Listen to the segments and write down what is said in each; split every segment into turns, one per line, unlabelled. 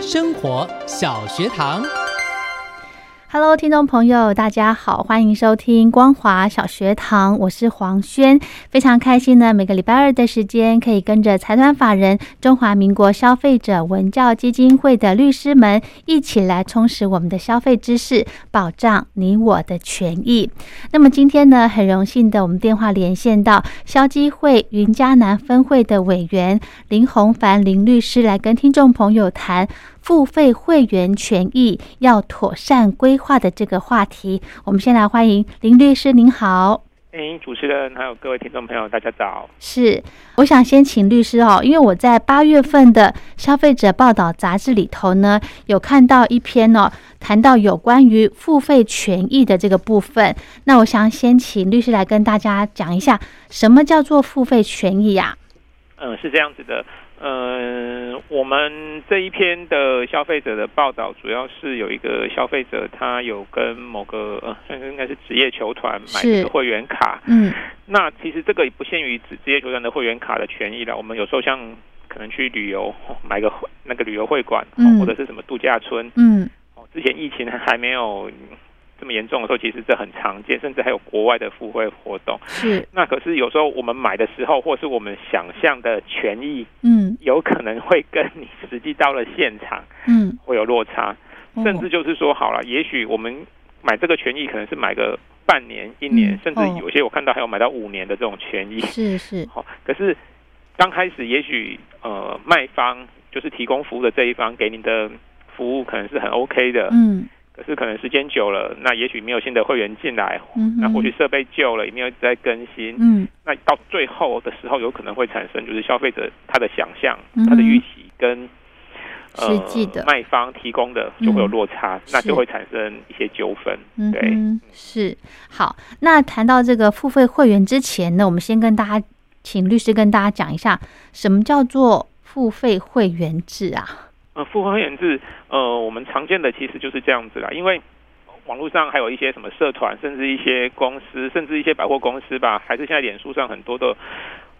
生活小学堂，
Hello，听众朋友，大家好，欢迎收听光华小学堂，我是黄轩，非常开心呢，每个礼拜二的时间可以跟着财团法人中华民国消费者文教基金会的律师们一起来充实我们的消费知识，保障你我的权益。那么今天呢，很荣幸的，我们电话连线到消基会云嘉南分会的委员林宏凡林律师来跟听众朋友谈付费会员权益要妥善规划的这个话题。我们先来欢迎林律师，您好。
哎，主持人还有各位听众朋友，大家早。
是，我想先请律师哦，因为我在八月份的消费者报道杂志里头呢，有看到一篇哦，谈到有关于付费权益的这个部分。那我想先请律师来跟大家讲一下，什么叫做付费权益啊呀、
嗯、是这样子的，呃，我们这一篇的消费者的报道，主要是有一个消费者他有跟某个呃，算是应该是职业球团买
是
这个会员卡。
嗯，
那其实这个也不限于职职业球团的会员卡的权益了。我们有时候像可能去旅游，哦买个会那个旅游会馆，哦
嗯
或者是什么度假村。
嗯，
哦，之前疫情还没有这么严重的时候，其实这很常见，甚至还有国外的付费活动。
是，
那可是有时候我们买的时候，或是我们想象的权益，
嗯
有可能会跟你实际到了现场
嗯，
会有落差，
哦
甚至就是说，好了，也许我们买这个权益可能是买个半年、一年，
嗯
甚至
哦
有些我看到还有买到五年的这种权益。
是是，
好、可是刚开始也许呃，卖方就是提供服务的这一方给您的服务可能是很 OK 的，
嗯
可是可能时间久了，那也许没有新的会员进来，
嗯哼，
那或许设备旧了，也没有一直在更新，
嗯
那到最后的时候，有可能会产生就是消费者他的想象、
嗯哼
他的预期跟呃
实际的
卖方提供的就会有落差，那
是
就会产生一些纠纷。
嗯
对，
哼，是好。那谈到这个付费会员之前呢，我们先跟大家请律师跟大家讲一下，什么叫做付费会员制啊？
呃，复合会员制，呃，我们常见的其实就是这样子啦，因为。网络上还有一些什么社团，甚至一些公司，甚至一些百货公司吧，还是现在脸书上很多的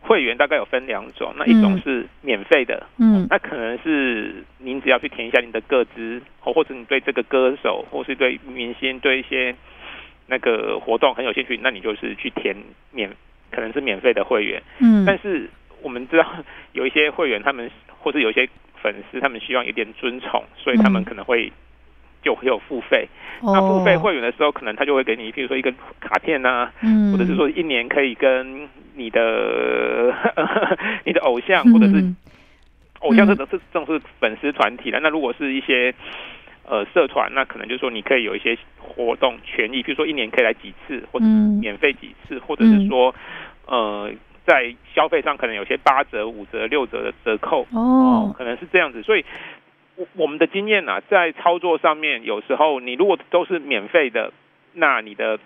会员，大概有分两种。那一种
嗯
是免费的，
嗯
那可能是您只要去填一下您的个资，哦，或者你对这个歌手，或是对明星，对一些那个活动很有兴趣，那你就是去填免，可能是免费的会员。但
嗯，
是我们知道 有一些会员，他们或者有一些粉丝，他们希望有点尊崇，所以他们
嗯
可能会就会有付费。那
哦，
付费会员的时候，可能他就会给你，譬如说一个卡片啊，
嗯，
或者是说一年可以跟你的 你的偶像，或者是
嗯
偶哦像这种这这种是粉丝团体了。那如果是一些呃社团，那可能就是说你可以有一些活动权益，比如说一年可以来几次，或者是
嗯
免费几次，或者是说呃在消费上可能有些八折、五折、六折的折扣
哦，
可能是这样子。所以我我们的经验啊，在操作上面，有时候你如果都是免费的，那你的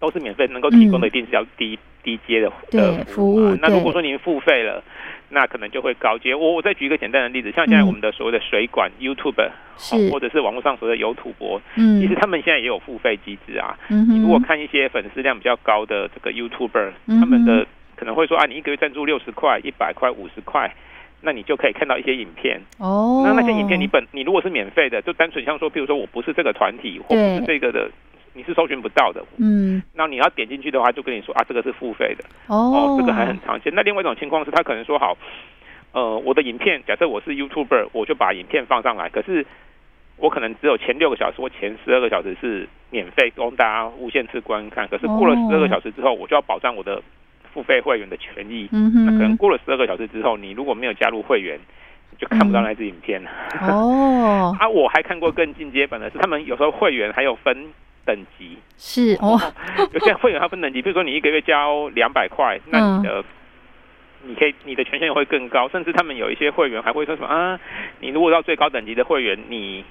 都是免费能够提供的，
嗯
一定是要低、低阶的
对
的服
服
务
务
嘛。那如
对
果说您付费了，那可能就会高阶。我我再举一个简单的例子，像现在
嗯
我们的所谓的水管、YouTube，
是
或者是网络上所谓的有土博，
嗯，
其实他们现在也有付费机制啊。
嗯
你
哼，
如果看一些粉丝量比较高的这个 YouTuber，、
嗯哼
他们的可能会说啊，你一个月赞助六十块、一百块、五十块，那你就可以看到一些影片。
哦，
那那些影片你本你如果是免费的，就单纯像说，譬如说我不是这个团体，或不
对
是这个的，你是搜寻不到的。
嗯
那你要点进去的话，就跟你说啊，这个是付费的
哦，
这个还很常见。那另外一种情况是，他可能说好，呃，我的影片，假设我是 YouTuber，我就把影片放上来，可是我可能只有前六个小时或前十二个小时是免费供大家无限次观看，可是过了
哦
十二个小时之后，我就要保障我的付费会员的权益。
嗯
那可能
哼，
过了十二个小时之后，你如果没有加入会员，你就看不到那支影
嗯
片了。
哦，
啊，我还看过更进阶版的是，他们有时候会员还有分等级，
是哦，
有些会员还分等级，比如说你一个月交两百块，
嗯
那你的。你可以，你的权限会更高，甚至他们有一些会员还会说什么啊，你如果到最高等级的会员，你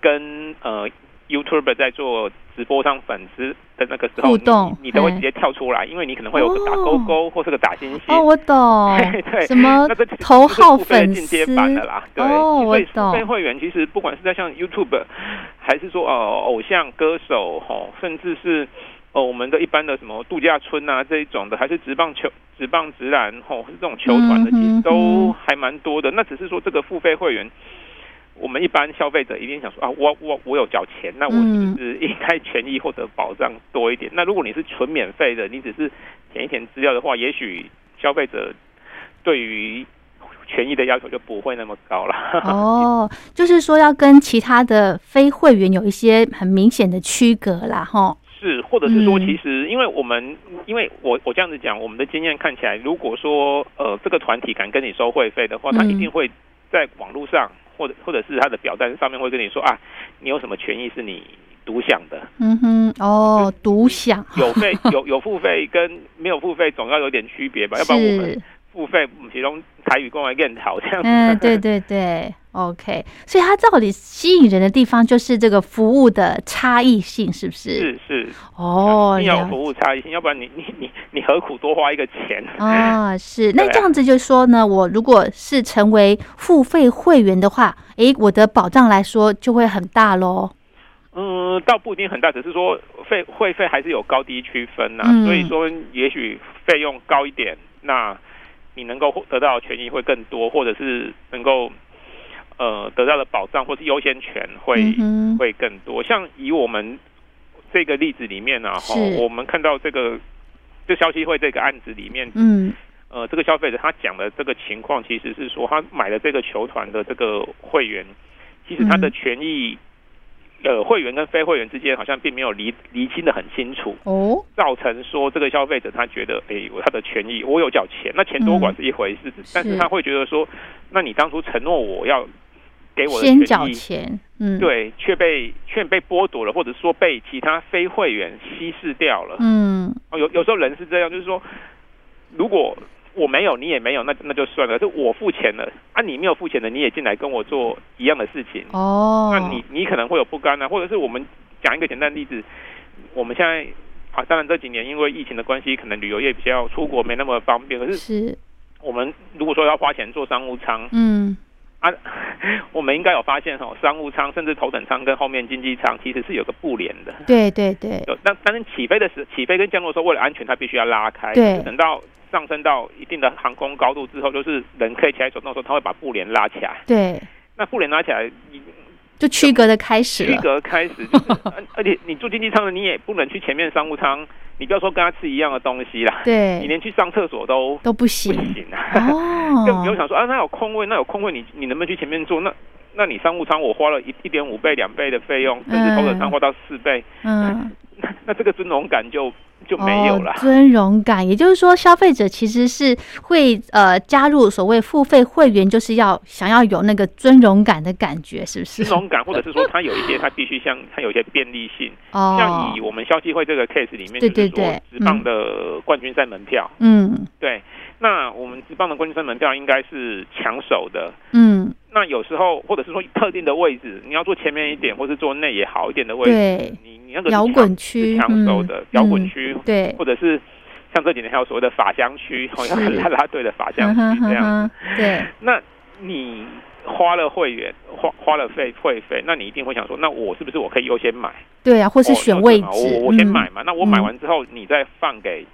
跟呃 YouTube 在做直播上粉丝的那个时候，
互动哎哦
你你都会
嘿
直接跳出来，因为你可能会有个打勾勾、或是个打星星，
哦，我懂
对，对
什么
那这其实
头
就是
号
付费
粉
的进阶版的
丝，
啦，对，
哦我
所以付费
懂
会员其实不管是在像 YouTube，还是说呃偶像歌手吼、甚至是呃我们的一般的什么度假村啊这一种的，还是职棒球、职棒直男吼、是这种球团
嗯哼
的，其实
嗯
都还蛮多的。那只是说这个付费会员。我们一般消费者一定想说啊，我我我有缴钱，那我
嗯
是不是应该权益或者保障多一点？那如果你是纯免费的，你只是填一填资料的话，也许消费者对于权益的要求就不会那么高了。
哦，就是说要跟其他的非会员有一些很明显的区隔啦，哈，
是，或者是说，
嗯
其实因为我们，因为我我这样子讲，我们的经验看起来，如果说呃这个团体敢跟你收会费的话，他
嗯
一定会在网络上或者或者是他的表单上面会跟你说啊，你有什么权益是你独享的，
嗯哼，哦，独享
有 费有有付费跟没有付费总要有点区别吧，要不然我们
是，
付费，我们其中台语公来更好这样子。
嗯， 对对对，OK，所以它到底吸引人的地方就是这个服务的差异性，是不是？
是是，
哦，
一定要有
了
服务差异性，要不然你你你你何苦多花一个钱？
啊，是。
对
那
啊
这样子就说呢，我如果是成为付费会员的话，诶，我的保障来说就会很大喽。
嗯，倒不一定很大，只是说费会费还是有高低区分呐、
嗯
所以说也许费用高一点，那你能够获得到的权益会更多，或者是能够呃得到的保障或是优先权会、
嗯哼，
会更多。像以我们这个例子里面呢、啊，哈
是，
我们看到这个这消息会这个案子里面，
嗯，
呃，这个消费者他讲的这个情况，其实是说他买了这个球团的这个会员，其实他的
嗯
权益，呃，会员跟非会员之间好像并没有厘厘清的很清楚，
哦，
造成说这个消费者他觉得，诶，我他的权益我有缴钱，那钱多寡是一回事，但是
嗯是
他会觉得说，那你当初承诺我要给我的
先
权
缴
益，
钱，嗯，，
对，却被却被剥夺了，或者说被其他非会员稀释掉了，
嗯，
哦，有有时候人是这样，就是说，如果我没有，你也没有，那那就算了。是我付钱了啊，你没有付钱的，你也进来跟我做一样的事情，
哦，
那你你可能会有不甘啊，或者是我们讲一个简单的例子，我们现在啊，当然这几年因为疫情的关系，可能旅游业比较出国没那么方便，可是
是，
我们如果说要花钱做商务舱，
嗯，
啊，我们应该有发现哦，商务舱甚至头等舱跟后面经济舱其实是有个不连的。
对对对，
有，但但是起飞的时，起飞跟降落的时候，为了安全，它必须要拉开。
对
就是等到上升到一定的航空高度之后，就是人可以起来走动的时候，它会把布帘拉起来。
对，
那布帘拉起来，你
就区隔的开始
区
了，
隔开始，就是 而而且你坐经济舱的，你也不能去前面商务舱，你不要说跟他吃一样的东西啦，你
对，
连去上厕所都
都不
不
行，
行 啊。 更不用
哦，
想说啊，那有空位，那有空位你，你能不能去前面坐？那那你商务舱我花了一一点五倍、两倍的费用，甚至头等舱花到四倍，
嗯。
那那这个尊荣感就 就没有了。
哦、尊荣感，也就是说，消费者其实是会呃加入所谓付费会员，就是要想要有那个尊荣感的感觉，是不是
尊？荣感，或者是说它有一些，它必须像它有一些便利性，
哦
像以，我们消基会这个 case 里
对
面，就是
对对
说职棒的冠军赛门票，
嗯
对，那我们职棒的冠军赛门票应该是抢手的。
嗯，
那有时候，或者是说特定的位置，你要坐前面一点，或是坐内也好一点的位置，
对
你你那个是
摇滚区
抢是抢手的
嗯
摇滚区，
对，
或者是像这几年还有所谓的法香区，好像
是
啦啦队的法香
嗯哼
区这
哼
样
哼，对，
那你花了会员，花花了费会费，那你一定会想说，那我是不是我可以优先买，哦
对啊，或
或
是选位置，
我我
嗯
先买嘛，那我买完之后，你再放给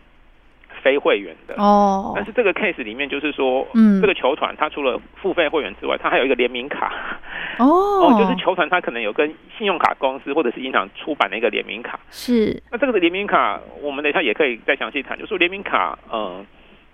非会员的。
哦
但，是这个 case 里面就是说，
嗯
这个球团它除了付费会员之外，它还有一个联名卡
哦，
就是球团它可能有跟信用卡公司或者是银行出版的一个联名卡。
是
那这个联名卡，我们等一下也可以再详细谈，就是说联名卡，嗯、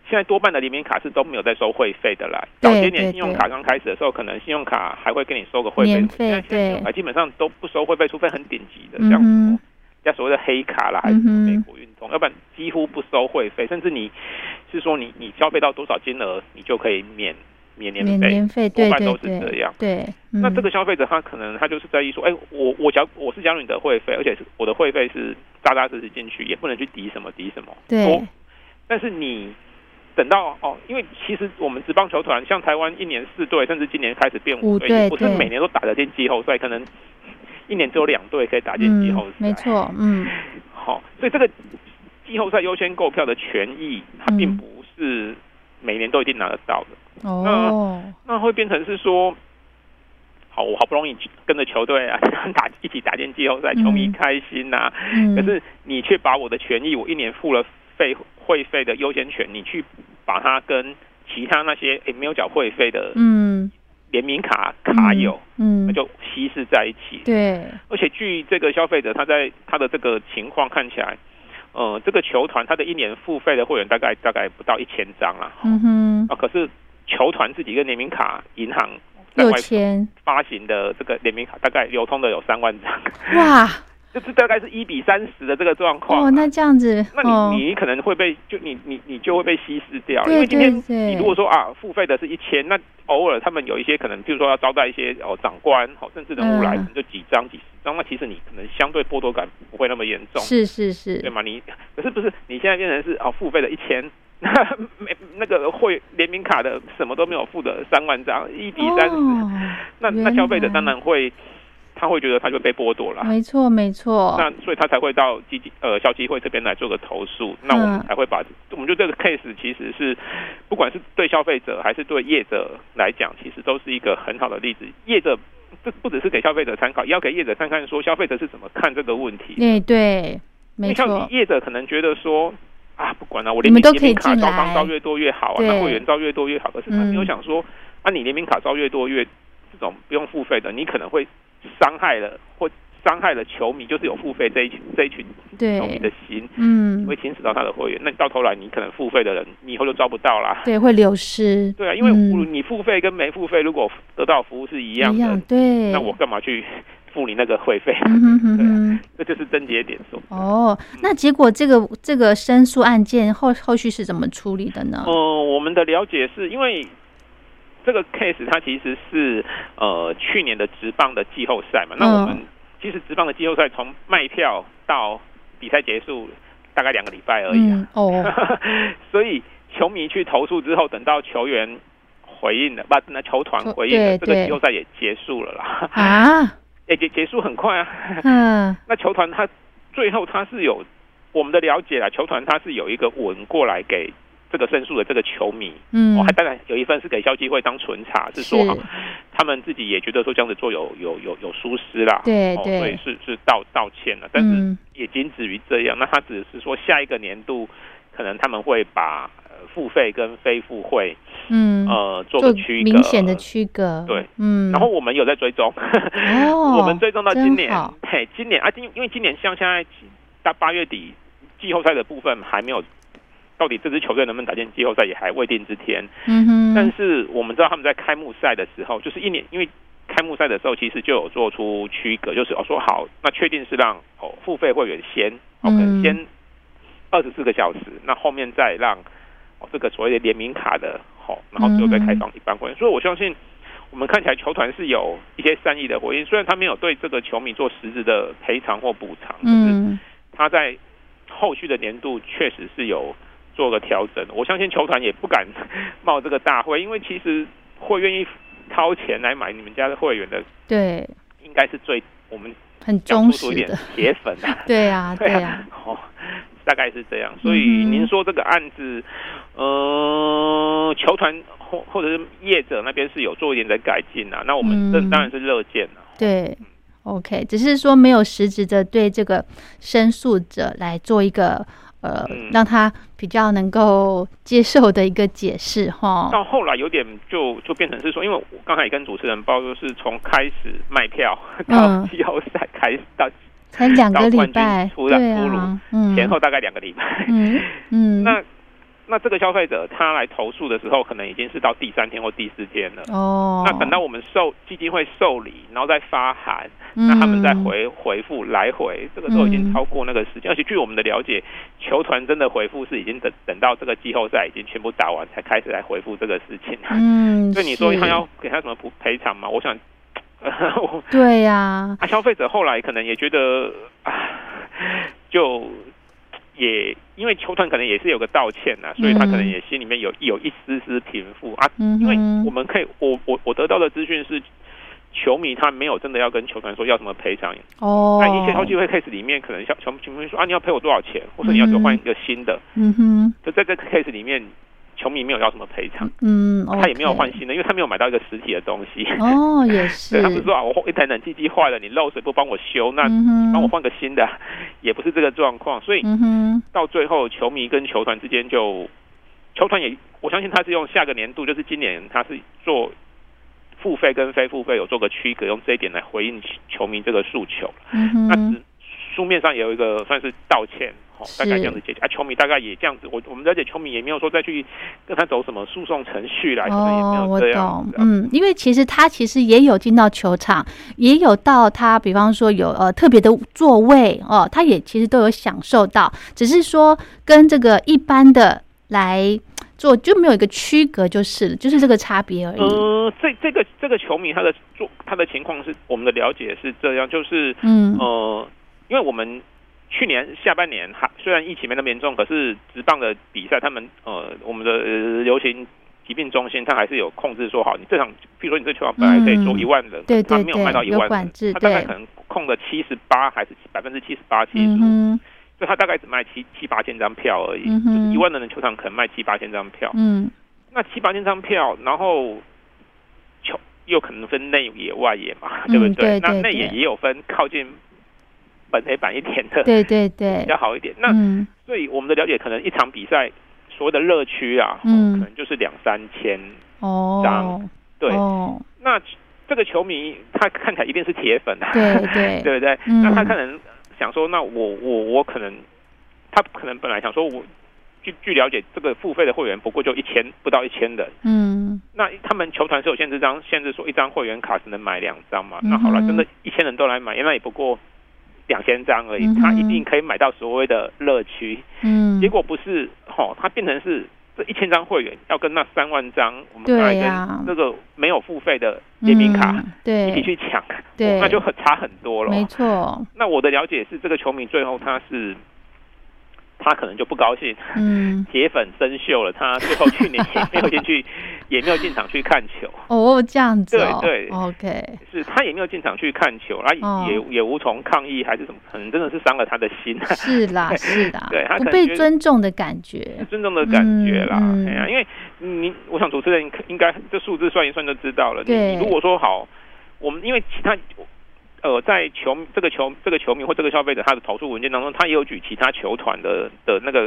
现在多半的联名卡是都没有在收会费的啦。
对
早些年
对
信用
对
卡刚开始的时候，可能信用卡还会跟你收个会费，
年
现
费
在现在信
对
用卡基本上都不收会费，除非很顶级的这样子。
嗯哼，
人家所谓的黑卡啦，还是
嗯哼
美国运通，要不然几乎不收会费，甚至你是说你你消费到多少金额，你就可以免免年
免
费，
年费，
多
对
半
对
都是这
对，
样。
对，
那
嗯
这个消费者他可能他就是在意说，哎、我我缴我是缴你的会费，而且是我的会费是扎扎实实进去，也不能去抵什么抵什么。
对
我，但是你等到哦，因为其实我们职棒球团像台湾一年四队，甚至今年开始变
五
五
队
队，不是
对
每年都打得进季后赛，可能一年只有两队可以打进季后
嗯
赛，。
没错， 嗯，
好、所以这个季后赛优先购票的权益，它
嗯
并不是每年都一定拿得到的，
哦，
那会变成是说，好，我好不容易跟着球队啊 打一起打进季后赛，
嗯
球迷开心呐、
嗯，
可是你却把我的权益，我一年付了费会费的优先权，你去把它跟其他那些诶没有缴会费的
嗯，
联名卡卡友，
嗯，
那
嗯，
就稀释在一起。
对，
而且据这个消费者他在他的这个情况看起来，呃，这个球团他的一年付费的会员大概大概不到一千张啦，
嗯哼，
啊，可是球团自己跟联名卡银行在
六
外
千，
发行的这个联名卡，大概流通的有三万张，
哇，
就是大概是一比三十的这个状况啊。
哦，那这样子，
那
哦，
你你可能会被就你你你就会被稀释掉了，
对
因为今天
对对
你如果说啊付费的是一千，那偶尔他们有一些可能，譬如说要招待一些哦长官哦政治人物
嗯
来，可能就几张几十张，那其实你可能相对剥夺感不会那么严重，
是是
对
是，
吗？你可是不是你现在变成是哦付费的一千。 那没那个会联名卡的什么都没有付的三万张一比三十、
哦，
那
原
那消费者
来
当然会，他会觉得他就被剥夺了。
没错没错，
那所以他才会到基金呃消基会这边来做个投诉，那我们
嗯
才会把我们就这个 case 其实是不管是对消费者还是对业者来讲，其实都是一个很好的例子。业者这不只是给消费者参考，也要给业者看看说消费者是怎么看这个问题。
对对，
因
没
为像
错，
业者可能觉得说啊，不管了、我
你
联
们
名
都
联
可以
名卡
进
招
来
商招越多越好啊，
对
那会员招越多越好。可是他没有
嗯
想说，啊，你联名卡招越多越这种不用付费的，你可能会伤害了或伤害了球迷，就是有付费这一群这一群球迷的
对，
心，
嗯
你会，侵蚀到他的会员。那你到头来，你可能付费的人，你以后就招不到啦。
对，会流失，
对啊，因为
嗯
我你付费跟没付费，如果得到服务是一
一
样的，
对，
那我干嘛去付你那个会费？
嗯哼哼
对啊
哼，
这就是症结点所在。
哦，那结果这个这个申诉案件后后续是怎么处理的呢？
呃，我们的了解是因为这个 case 它其实是呃去年的职棒的季后赛嘛，那我们、
嗯
其实职棒的季后赛从卖票到比赛结束大概两个礼拜而已啊，
嗯，哦，
所以球迷去投诉之后，等到球员回应了，不，那球团
球
回应了，
哦对
这个
对
季后赛也结束了 啦，
啊，
也结结束很快啊，
嗯，
那球团他最后他是有我们的了解啦，球团他是有一个文过来给这个申诉的这个球迷，
嗯
哦，还当然有一份是给消基会当存查，是说哈，他们自己也觉得说这样子做有有有有疏失啦，
对
哦，
对
所以是是道道歉了，但是
嗯
也仅止于这样。那他只是说下一个年度可能他们会把呃付费跟非付会
嗯，
呃做
做
个区隔，
明显的区隔，
对，
嗯，
然后我们有在追踪，
哦
我们追踪到今年
真好，
嘿，今年啊，今因为今年像现在到八月底季后赛的部分还没有，到底这支球队能不能打进季后赛也还未定之天。
嗯哼，
但是我们知道他们在开幕赛的时候，就是一年，因为开幕赛的时候其实就有做出区隔，就是哦说好，那确定是让哦付费会员先，哦可
嗯
能先二十四个小时，那后面再让哦这个所谓的联名卡的哦，然后最后再开放一般会
嗯
员，所以我相信。我们看起来球团是有一些善意的回应，虽然他没有对这个球迷做实质的赔偿或补偿，可是
嗯，
他在后续的年度确实是有做个调整。我相信球团也不敢冒这个大会，因为其实会愿意掏钱来买你们家的会员的，
对，
应该是最我们
很
讲
忠
粗
实
俗一点
的，。
铁粉啊
对啊，对
对
啊，
哦，大概是这样。所以
嗯哼
您说这个案子，呃，球团或或者是业者那边是有做一点的改进啊。那我们这
嗯
当然是乐见啊。
对，OK，只是说没有实质的对这个申诉者来做一个呃，
嗯
让他比较能够接受的一个解释哈。
到后来有点就就变成是说，因为我刚才也跟主持人报，就是从开始卖票到
嗯
季后赛开始到
才两
到
个礼
冠军
拜，
出来
对
出炉
啊，嗯，
前后大概两个礼拜。
嗯嗯，
那那这个消费者他来投诉的时候，可能已经是到第三天或第四天了。
哦，
那等到我们受基金会受理，然后再发函，那他们再
嗯
回回复来回，这个都已经超过那个时间。而且据我们的了解，球团真的回复是已经等等到这个季后赛已经全部打完才开始来回复这个事情。啊
嗯，
所以你说他
是
要给他什么补赔偿吗？我想， 我
对呀、
啊，消费者后来可能也觉得啊，就也因为球团可能也是有个道歉呐、所以他可能
嗯
也心里面有有一丝丝平复啊。
嗯哼，
因为我们可以，我我我得到的资讯是，球迷他没有真的要跟球团说要什么赔偿。
哦，
在一些消费会 case 里面，可能消球球迷说啊，你要赔我多少钱，或者你要给我换一个新的。
嗯哼，
就在这个 case 里面，球迷没有要什么赔偿，
嗯，
他也没有
OK
换新的，因为他没有买到一个实体的东西。
哦，也
对
是，
他不是说啊，我一台冷气机坏了，你漏水不帮我修，那
嗯哼，
帮我换个新的，也不是这个状况。所以
嗯哼，
到最后，球迷跟球团之间就，球团也我相信他是用下个年度，就是今年他是做付费跟非付费有做个区隔，用这一点来回应球迷这个诉求。
嗯
那
哼，
只书面上也有一个算是道歉。哦
是
大概这样子解决啊，球迷大概也这样子，我我们了解球迷也没有说再去跟他走什么诉讼程序啦，可能也没
哦，
有
我
这样
懂
子，啊。
嗯，因为其实他其实也有进到球场，也有到他，比方说有呃特别的座位哦，他也其实都有享受到，只是说跟这个一般的来做就没有一个区隔，就是了，就是这个差别而已。
呃，这这个这个球迷他的做他的情况是我们的了解是这样，就是
嗯
呃，因为我们去年下半年还虽然疫情没那么严重，可是职棒的比赛他们呃我们的、呃流行。疾病中心，他还是有控制说好，你这场，比如说你这球场本来可以坐
嗯
一万人，
对
他
对
没有卖到
对
一
有
万
管
人
制，
他大概
对
可能控了七十八还是百分之七十八、七十
嗯
五，
哼，
所以他大概只卖七七八千张票而已，
嗯哼
就是一万人的球场可能卖七八千张票，
嗯
那七八千张票，然后球又可能分内野外野嘛，对不
嗯对
对？那
对
内野
对
也有分靠近本垒板一点的，
对对
比
对，
较好一点。那
嗯
所以我们的了解，可能一场比赛所谓的热区啊，
嗯
哦可能就是两三千。
哦
张，对，
哦，
那这个球迷他看起来一定是铁粉啊，
对对
对不对？
嗯
那他可能想说，那我我我可能他可能本来想说我。据据了解，这个付费的会员不过就一千不到一千人，
嗯
那他们球团是有限制张，限制说一张会员卡只能买两张嘛。
嗯哼
那好了，真的，一千人都来买，那也不过两千张而已
嗯，哼
他一定可以买到所谓的乐趣。
嗯，
结果不是，吼、他变成是这一千张会员要跟那三万张我们
对
刚才
呀
跟那个没有付费的联名卡
嗯
一
对，
起去抢，
对
那就很差很多了。哦
没错，
那我的了解是，这个球迷最后他是。他可能就不高兴，
嗯。
铁粉生锈了。他最后去年也没有进去，也没有进场去看球。
哦，这样子
对
哦，
对
o k
是他也没有进场去看球，他也、
哦
也也无从抗议还是什么，可能真的是伤了他的 心，
是 啦，是啦，
对他
不
可能觉
被
得
尊重的感觉，
尊重的感觉啦。
嗯嗯
哎呀、因为你，我想主持人应该这数字算一算就知道了。你
对
你如果说好，我们因为其他。呃，在球这个球这个球迷或这个消费者他的投诉文件当中，他也有举其他球团的的那个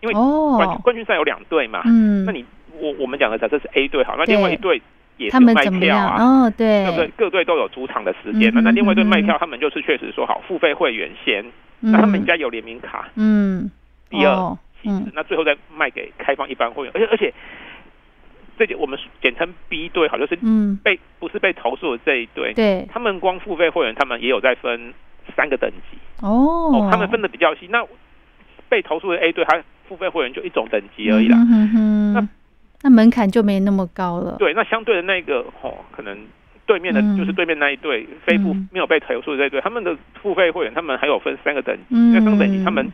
因为冠、
哦，
冠军赛有两队嘛，
嗯，
那你我我们讲的假设是 A 队好，那另外
对
一队也是
他们
卖
怎么
票
样？
啊，
哦，对，
对不对？各队都有主场的时间嘛。
嗯哼
那另外一
嗯
队
哼
卖票，他们就是确实说好付费会员先，
嗯
那他们家有联名卡，
嗯，
第二
哦
其
嗯
次，那最后再卖给开放一般会员，而且而且这就我们简称 B 队好，就是
嗯，
被不是被投诉的这一队，
对，
他们光付费会员，他们也有在分三个等级
哦
哦，，他们分的比较细。那被投诉的 A 队，他付费会员就一种等级而已啦。
嗯哼哼哼
那
那门槛就没那么高了，
对，那相对的那个哦，可能对面的、
嗯
就是对面那一队非付
嗯
没有被投诉的这一队，他们的付费会员，他们还有分三个等级，
嗯
那三个等级他们。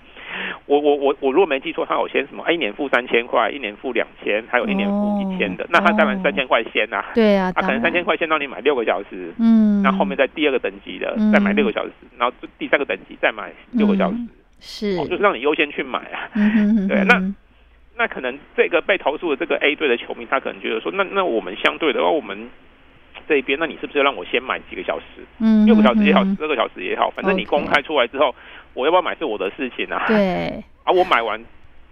我我我我如果没记错，他有先什么？哎一年付三千块，一年付两千，还有一年付一千的。
哦
那他当然
哦
三千块先呐、啊，
对啊，
可能
当
三千
然，
块先让你买六个小时，
嗯，
那后面再第二个等级的、
嗯
再买六个小时，然后第三个等级再买六个小时，
嗯是，
哦，就是让你优先去买啊。
嗯哼哼
对那
哼
那可能这个被投诉的这个 A 队的球迷，他可能觉得说，那那我们相对的话，我们这边，那你是不是要让我先买几个小时，
嗯
六个小时也好，
哼
十
哼
二个小时也好，反正你
OK
公开出来之后，我要不要买是我的事情啊。
对，
啊，我买完，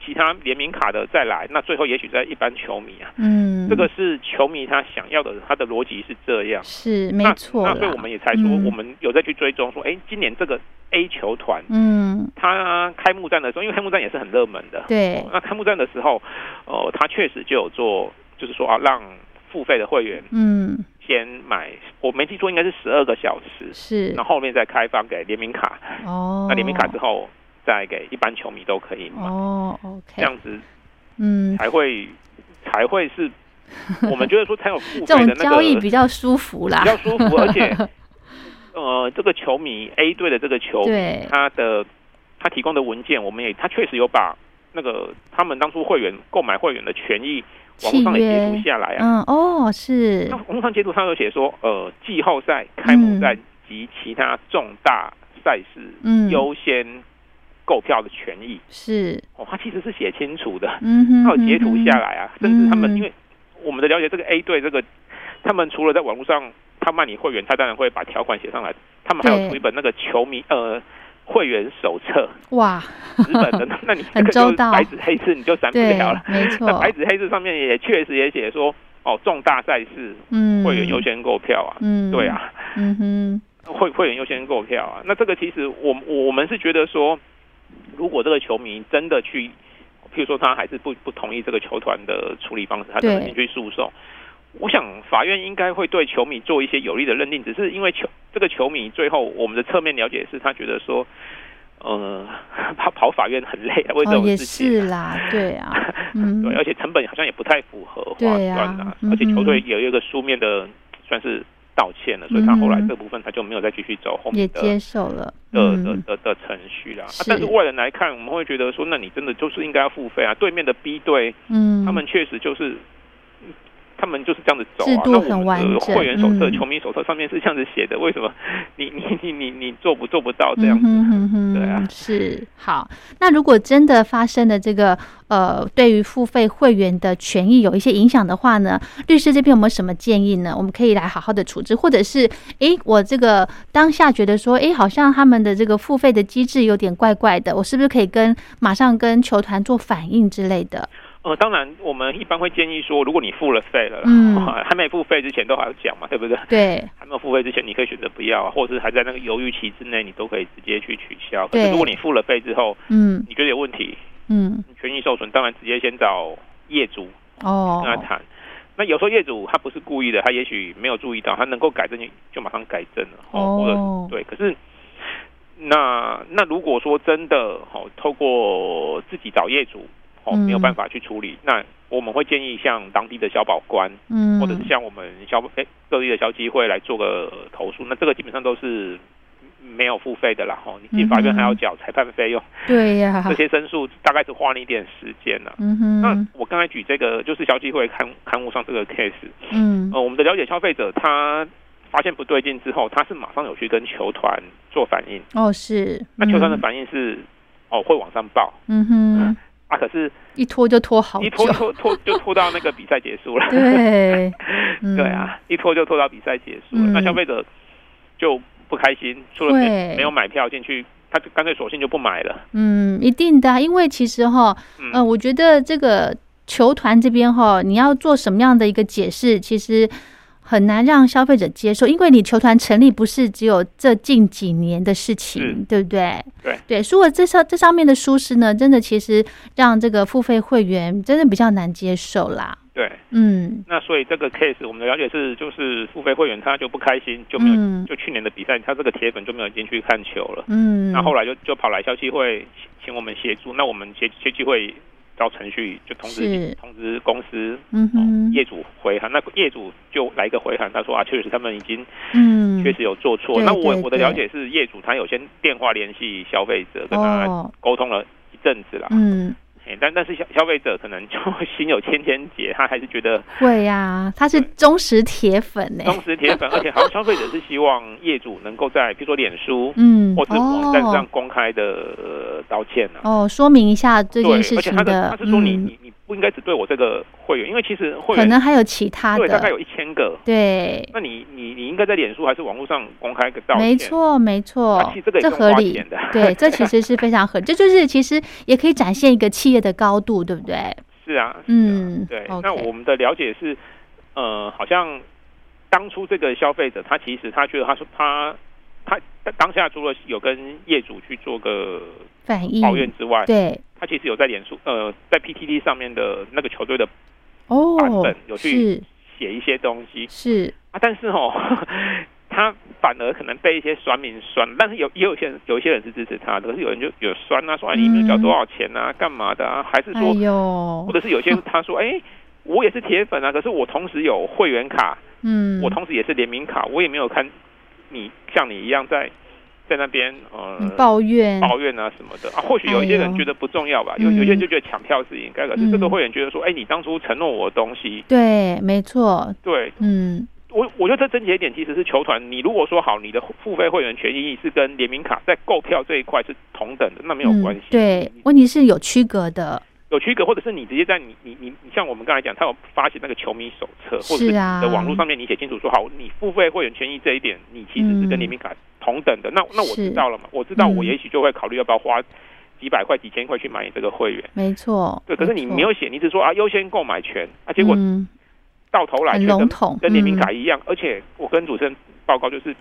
其他联名卡的再来，那最后也许在一般球迷啊，
嗯，
这个是球迷他想要的，他的逻辑是这样。
是没
那
错
那
啦
所以我们也才说，
嗯
我们有在去追踪说，哎、今年这个 A 球团，
嗯，
它开幕战的时候，因为开幕战也是很热门的，
对，
那开幕战的时候，呃，它确实就有做，就是说啊，让付费的会员
嗯，
先买，我没记错应该是十二个小时，
是
然后后面再开放给联名卡，
哦，
那联名卡之后再给一般球迷都可以买，
哦
这
，OK，
样子
嗯，
才会才会 是，我们觉得说才有付
这
费
种
的那
交易
个
比较舒服啦
比，较舒服，而 且呃，这个球迷 A 队的这个球迷
对，
他的他提供的文件，我们也他确实有把那个他们当初会员购买会员的权益网络上也截
契约
图下来啊。
嗯，哦，是
那，网络上截图上有写说，呃，季后赛、开幕赛
嗯
及其他重大赛事
嗯，
优先购票的权益。
是，
哦，他其实是写清楚的，
嗯哼，
他有截图
嗯哼
下，来啊，甚至他们
嗯
因为我们的了解，这个 A 队这个他们除了在网络上他卖你会员，他当然会把条款写上来，他们还
对
有出一本那个球迷呃会员手册，
哇，
纸 本的，那那你这
很
个
周
就
到
白纸黑字你就闪不
对
了 了，。
没
那
错，
白纸黑字上面也确实也写说，哦，重大赛事
嗯，
会员优，先购票啊，
嗯，
对，啊，
嗯哼，
会会员优先购票啊。那这个其实我我们是觉得说，如果这个球迷真的去，譬如说他还是不不同意这个球团的处理方式，他
对
真的进去诉讼。我想法院应该会对球迷做一些有利的认定，只是因为球这个球迷最后我们的侧面了解是他觉得说，呃，他跑法院很累啊，为这
哦，
种
也
事情啊、
是啦，对啊，嗯，
对，而且成本好像也不太符合划
对
算
啊
啊
嗯哼
而且球队也有一个书面的算是道歉了，所以他后来
嗯哼
这部分他就没有再继续走后
也
面的
接受了，
的的
嗯，
的的程序啦、啊
是。
但是外人来看，我们会觉得说，那你真的就是应该要付费啊。对面的 B 队，
嗯，
他们确实就是。他们就是这样子走
制
啊，
度
那
很
我
完
们的
整
会员手册、
嗯
球迷手册上面是这样子写的，为什么你你你你你做不做不到这样
嗯
子？
哼哼哼，
对啊
是好。那如果真的发生了这个呃，对于付费会员的权益有一些影响的话呢，律师这边有没有什么建议呢？我们可以来好好的处置，或者是诶，我这个当下觉得说，诶，好像他们的这个付费的机制有点怪怪的，我是不是可以跟马上跟球团做反应之类的？
呃，当然，我们一般会建议说，如果你付了费了啦，
嗯
还没付费之前都还要讲嘛，对不对？
对，
还没有付费之前，你可以选择不要啊，或者是还在那个犹豫期之内，你都可以直接去取消。可
对
是如果你付了费之后，
嗯
你觉得有问题，
嗯，
你权益受损，当然直接先找业主
哦
跟，他谈。那有时候业主他不是故意的，他也许没有注意到，他能够改正就就马上改正了。
哦
或者对，可是那那如果说真的哦，透过自己找业主哦，
嗯
没有办法去处理，那我们会建议像当地的消保官，
嗯，
或者是像我们消哎各地的消基会来做个投诉，那这个基本上都是没有付费的啦。哦，你进法院还要缴裁判费用，
对呀、
这些申诉大概是花你一点时间啊呢、
嗯
那
哼，
我刚才举这个就是消基会刊刊物上这个 case，
嗯
呃，我们的了解消费者他发现不对劲之后，他是马上有去跟球团做反应，
哦是，
那球团的
嗯
反应是哦会往上报
嗯哼，
啊，可是
一拖哦就拖好久，
一拖拖拖就拖到那个比赛结束了。
对，嗯、
对，啊，一拖就拖到比赛结束了，
嗯
那消费者就不开心，除了
会
没没有买票进去，他就干脆索性就不买了。
嗯，一定的啊，因为其实哈，
嗯，
呃，我觉得这个球团这边哈，你要做什么样的一个解释，其实。很难让消费者接受，因为你球团成立不是只有这近几年的事情
是，
对不对？
嗯对
对，所以我这上这上面的疏失呢，真的其实让这个付费会员真的比较难接受啦。
对。
嗯，
那所以这个 case 我们的了解是，就是付费会员他就不开心，就没有、
嗯
就去年的比赛，他这个铁粉就没有进去看球了。
嗯，
那后来就就跑来消基会请请我们协助，那我们协协基会照程序就通
是
知通知公司。
嗯
哦
哼，
业主回函，那业主就来一个回函，他说啊，确实他们已经
嗯，
确实有做错。
对
那我
对
我的
对
了解是，业主他有先电话联系消费者，跟他
哦，
沟通了一阵子啦。
嗯，
嘿但但是消消费者可能就心有千千结，他还是觉得
会呀、他是
对
忠实铁粉呢、欸
忠实铁粉，而且好像消费者是希望业主能够在比如说脸书
嗯，
或者网站上
哦
公开的呃道歉啊。
哦，说明一下这
对
件，事
而且
情
他的
的，
他是说你
嗯
你你不应该只对我这个会员，因为其实会
可
员
能还有其他
对大概
的，
有一千个，
对，
那你你你应该在脸书还是网络上公开个道歉，
没错没
啊
错
其实这个，也
这
不
合
用花
理
钱的，
对，这其实是非常合理，这就是其实也可以展现一个企业的高度，对不对？
是啊，
嗯
是啊对。
OK
那我们的了解是，呃，好像当初这个消费者他其实他觉得他说他他他当下除了有跟业主去做个
反应，
抱怨之外，
对，
他其实有在脸书呃在 PTT 上面的那个球队的版
哦
本，有去
是
写一些东西
是，
啊，但是哦。 他反而可能被一些酸民酸，但是有也有一些人，有一些人是支持他的，可是有人就有酸啊，说哎你们缴多少钱啊，干嘛的啊，还是
嗯哎
说
呦
或，者是有些他说，哎、我也是铁粉啊，可是我同时有会员卡，
嗯，
我同时也是联名卡，我也没有看你像你一样在在那边呃
嗯抱怨，
抱怨啊什么的啊。或许有一些
哎
人
呦
觉得不重要吧，
嗯
有有些人就觉得抢票是应该，可是
嗯
这个会员觉得说，哎、你当初承诺我的东西，
对，没错，
对
嗯，
我我觉得这症结点其实是球团，你如果说好你的付费会员权益是跟联名卡在购票这一块是同等的，那没有
嗯
关系、
对，问题是有区隔的，
有区隔，或者是你直接在你你你你像我们刚才讲，他有发行那个球迷手册，或者
是
是你
啊
的网络上面你写清楚说，好，你付费会员权益这一点，你其实是跟
嗯
联名卡同等的。那那我
是
知道了嘛，我知道
嗯
我也许就会考虑要不要花几百块、几千块去买你这个会员。
没错，
对，可是你
错
没有写，你只说啊优先购买权啊，结果
嗯
到头来
很
却
笼
跟
统，
跟联名卡
嗯
一样。而且我跟主持人报告就是。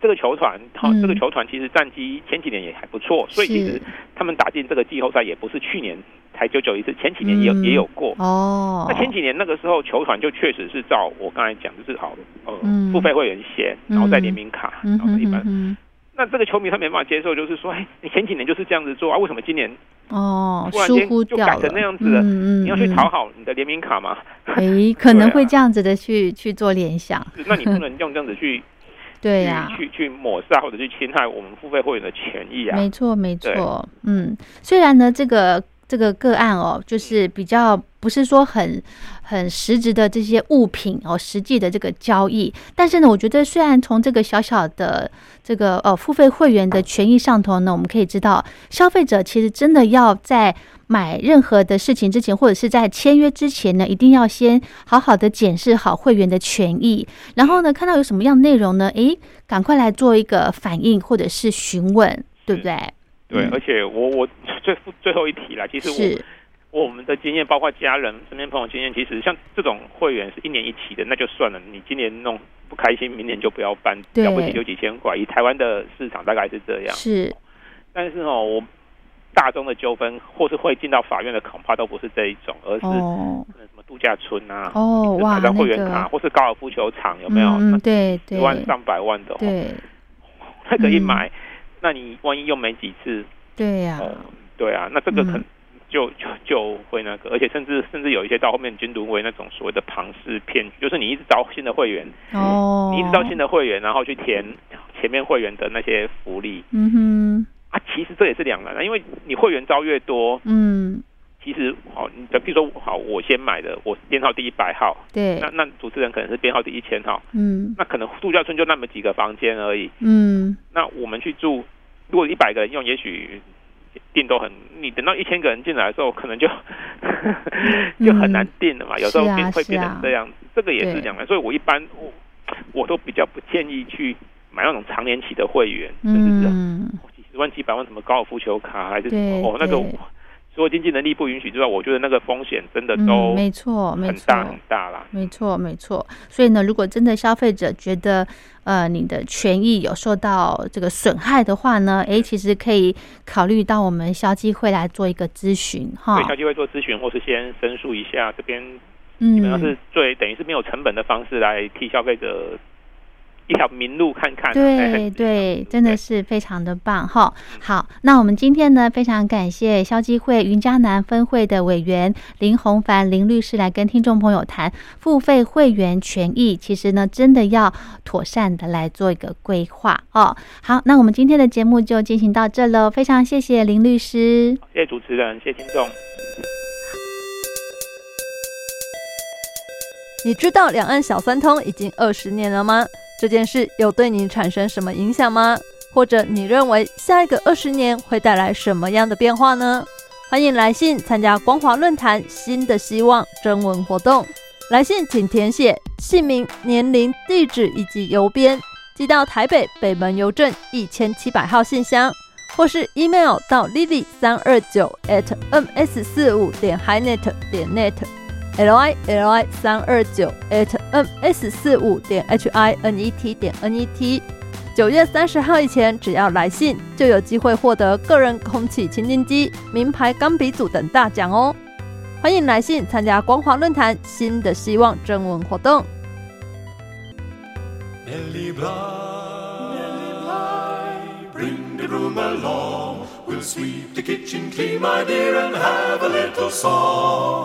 这个球团，哈、
嗯
这个球团其实战绩前几年也还不错，所以其
是
实他们打进这个季后赛也不是去年才九九一次，前几年也有、
嗯
也有过。
哦，
那前几年那个时候，球团就确实是照我刚才讲，就是好呃、
嗯
付费会员先，然后再联名卡，
嗯
然后
哼
再一般。
嗯
那这个球迷他没办法接受，就是说，哎，你前几年就是这样子做啊，为什么今年
哼，哦，
突然
疏
间
忽
就
掉
改
了，
成那样子了
嗯嗯，
你要去
嗯
讨，好你的联名卡吗？
诶，可能
对啊
会这样子的去去做联想，
是那你不能用这样子去、
对
去
呀，
去去抹杀或者去侵害我们付费会员的权益啊。
没错，没
对
错，嗯，虽然呢，这个这个个案哦，就是比较不是说很很实质的这些物品哦，实际的这个交易，但是呢，我觉得虽然从这个小小的这个呃付费会员的权益上头呢，我们可以知道，消费者其实真的要在买任何的事情之前，或者是在签约之前呢，一定要先好好的检视好会员的权益，然后呢，看到有什么样的内容呢，诶，赶快来做一个反应或者是询问，对不对？
对
嗯，
而且我我 最最后一题啦，其实我
是，
我们的经验，包括家人、身边朋友经验，其实像这种会员是一年一期的，那就算了。你今年弄不开心，明年就不要办，
对
了不起就几千块。以台湾的市场大概是这样，
是，
但是哦，我大宗的纠纷或是会进到法院的恐怕都不是这一种，而是
哦，
可能什么度假村啊，
哦，
就是
哇，
买张会
那
员卡，
个，
或是高尔夫球场，有没有？
嗯，嗯对
那
对
一万上百万的、哦，
对
那个一
嗯
买，那你万一用没几次，
对呀，
哦，对啊，那这个可
嗯
就就就会那个，而且甚至甚至有一些到后面均沦为那种所谓的庞氏骗局，就是你一直招新的会员，
哦，
呃你一直招新的会员，然后去填前面会员的那些福利
嗯哼，
啊，其实这也是两难的，因为你会员招越多，
嗯，
其实好，你的比如说好，我先买的，我编号第一百号，
对
那，那主持人可能是编号第一千号，
嗯
那可能度假村就那么几个房间而已，
嗯，
那我们去住，如果一百个人用，也许订都很，你等到一千个人进来的时候，可能就 就很难订了嘛。有时候
是啊
变、会
是啊
变成这样子，这个也
对
是两难。所以我一般我我都比较不建议去买那种常年期的会员，甚至是啊
嗯，
几十万、几百万什么高尔夫球卡还是什
对
么哦，那个
对
除了经济能力不允许之外，我觉得那个风险真的
嗯，
都
没错，没
很
错，
大很大啦。
没错，没错。所以呢，如果真的消费者觉得呃你的权益有受到这个损害的话呢，诶，其实可以考虑到我们消基会来做一个咨询哈
所以。消基会做咨询，或是先申诉一下，这边基本上
嗯
是，最等于是没有成本的方式来替消费者一条明路看看啊、嗯
对对，真的
是
是非常的棒哈。
嗯
好，那我们今天呢，非常感谢消基会云嘉南分会的委员林宏凡林律师来跟听众朋友谈付费会员权益，其实呢，真的要妥善的来做一个规划哦。好，那我们今天的节目就进行到这喽，非常谢谢林律师。
谢谢主持人，谢谢听众。
你知道两岸小三通已经二十年了吗？这件事有对你产生什么影响吗？或者你认为下一个二十年会带来什么样的变化呢？欢迎来信参加光华论坛“新的希望”征文活动。来信请填写姓名、年龄、地址以及邮编，寄到台北北门邮政一千七百号信箱，或是 email 到 lily 三二九 at ms 四五点 hinet 点 net l i l i 三二九 at ms 四五点 h i n e t 点 n e t。九月三十号以前，只要来信，就有机会获得个人空气清净机、名牌钢笔组等大奖哦。欢迎来信参加光华论坛“新的希望”征文活动。
Nellie Bly, Nellie Bly, bring the broom along. We'll sweep the kitchen clean, my dear, and have a little song.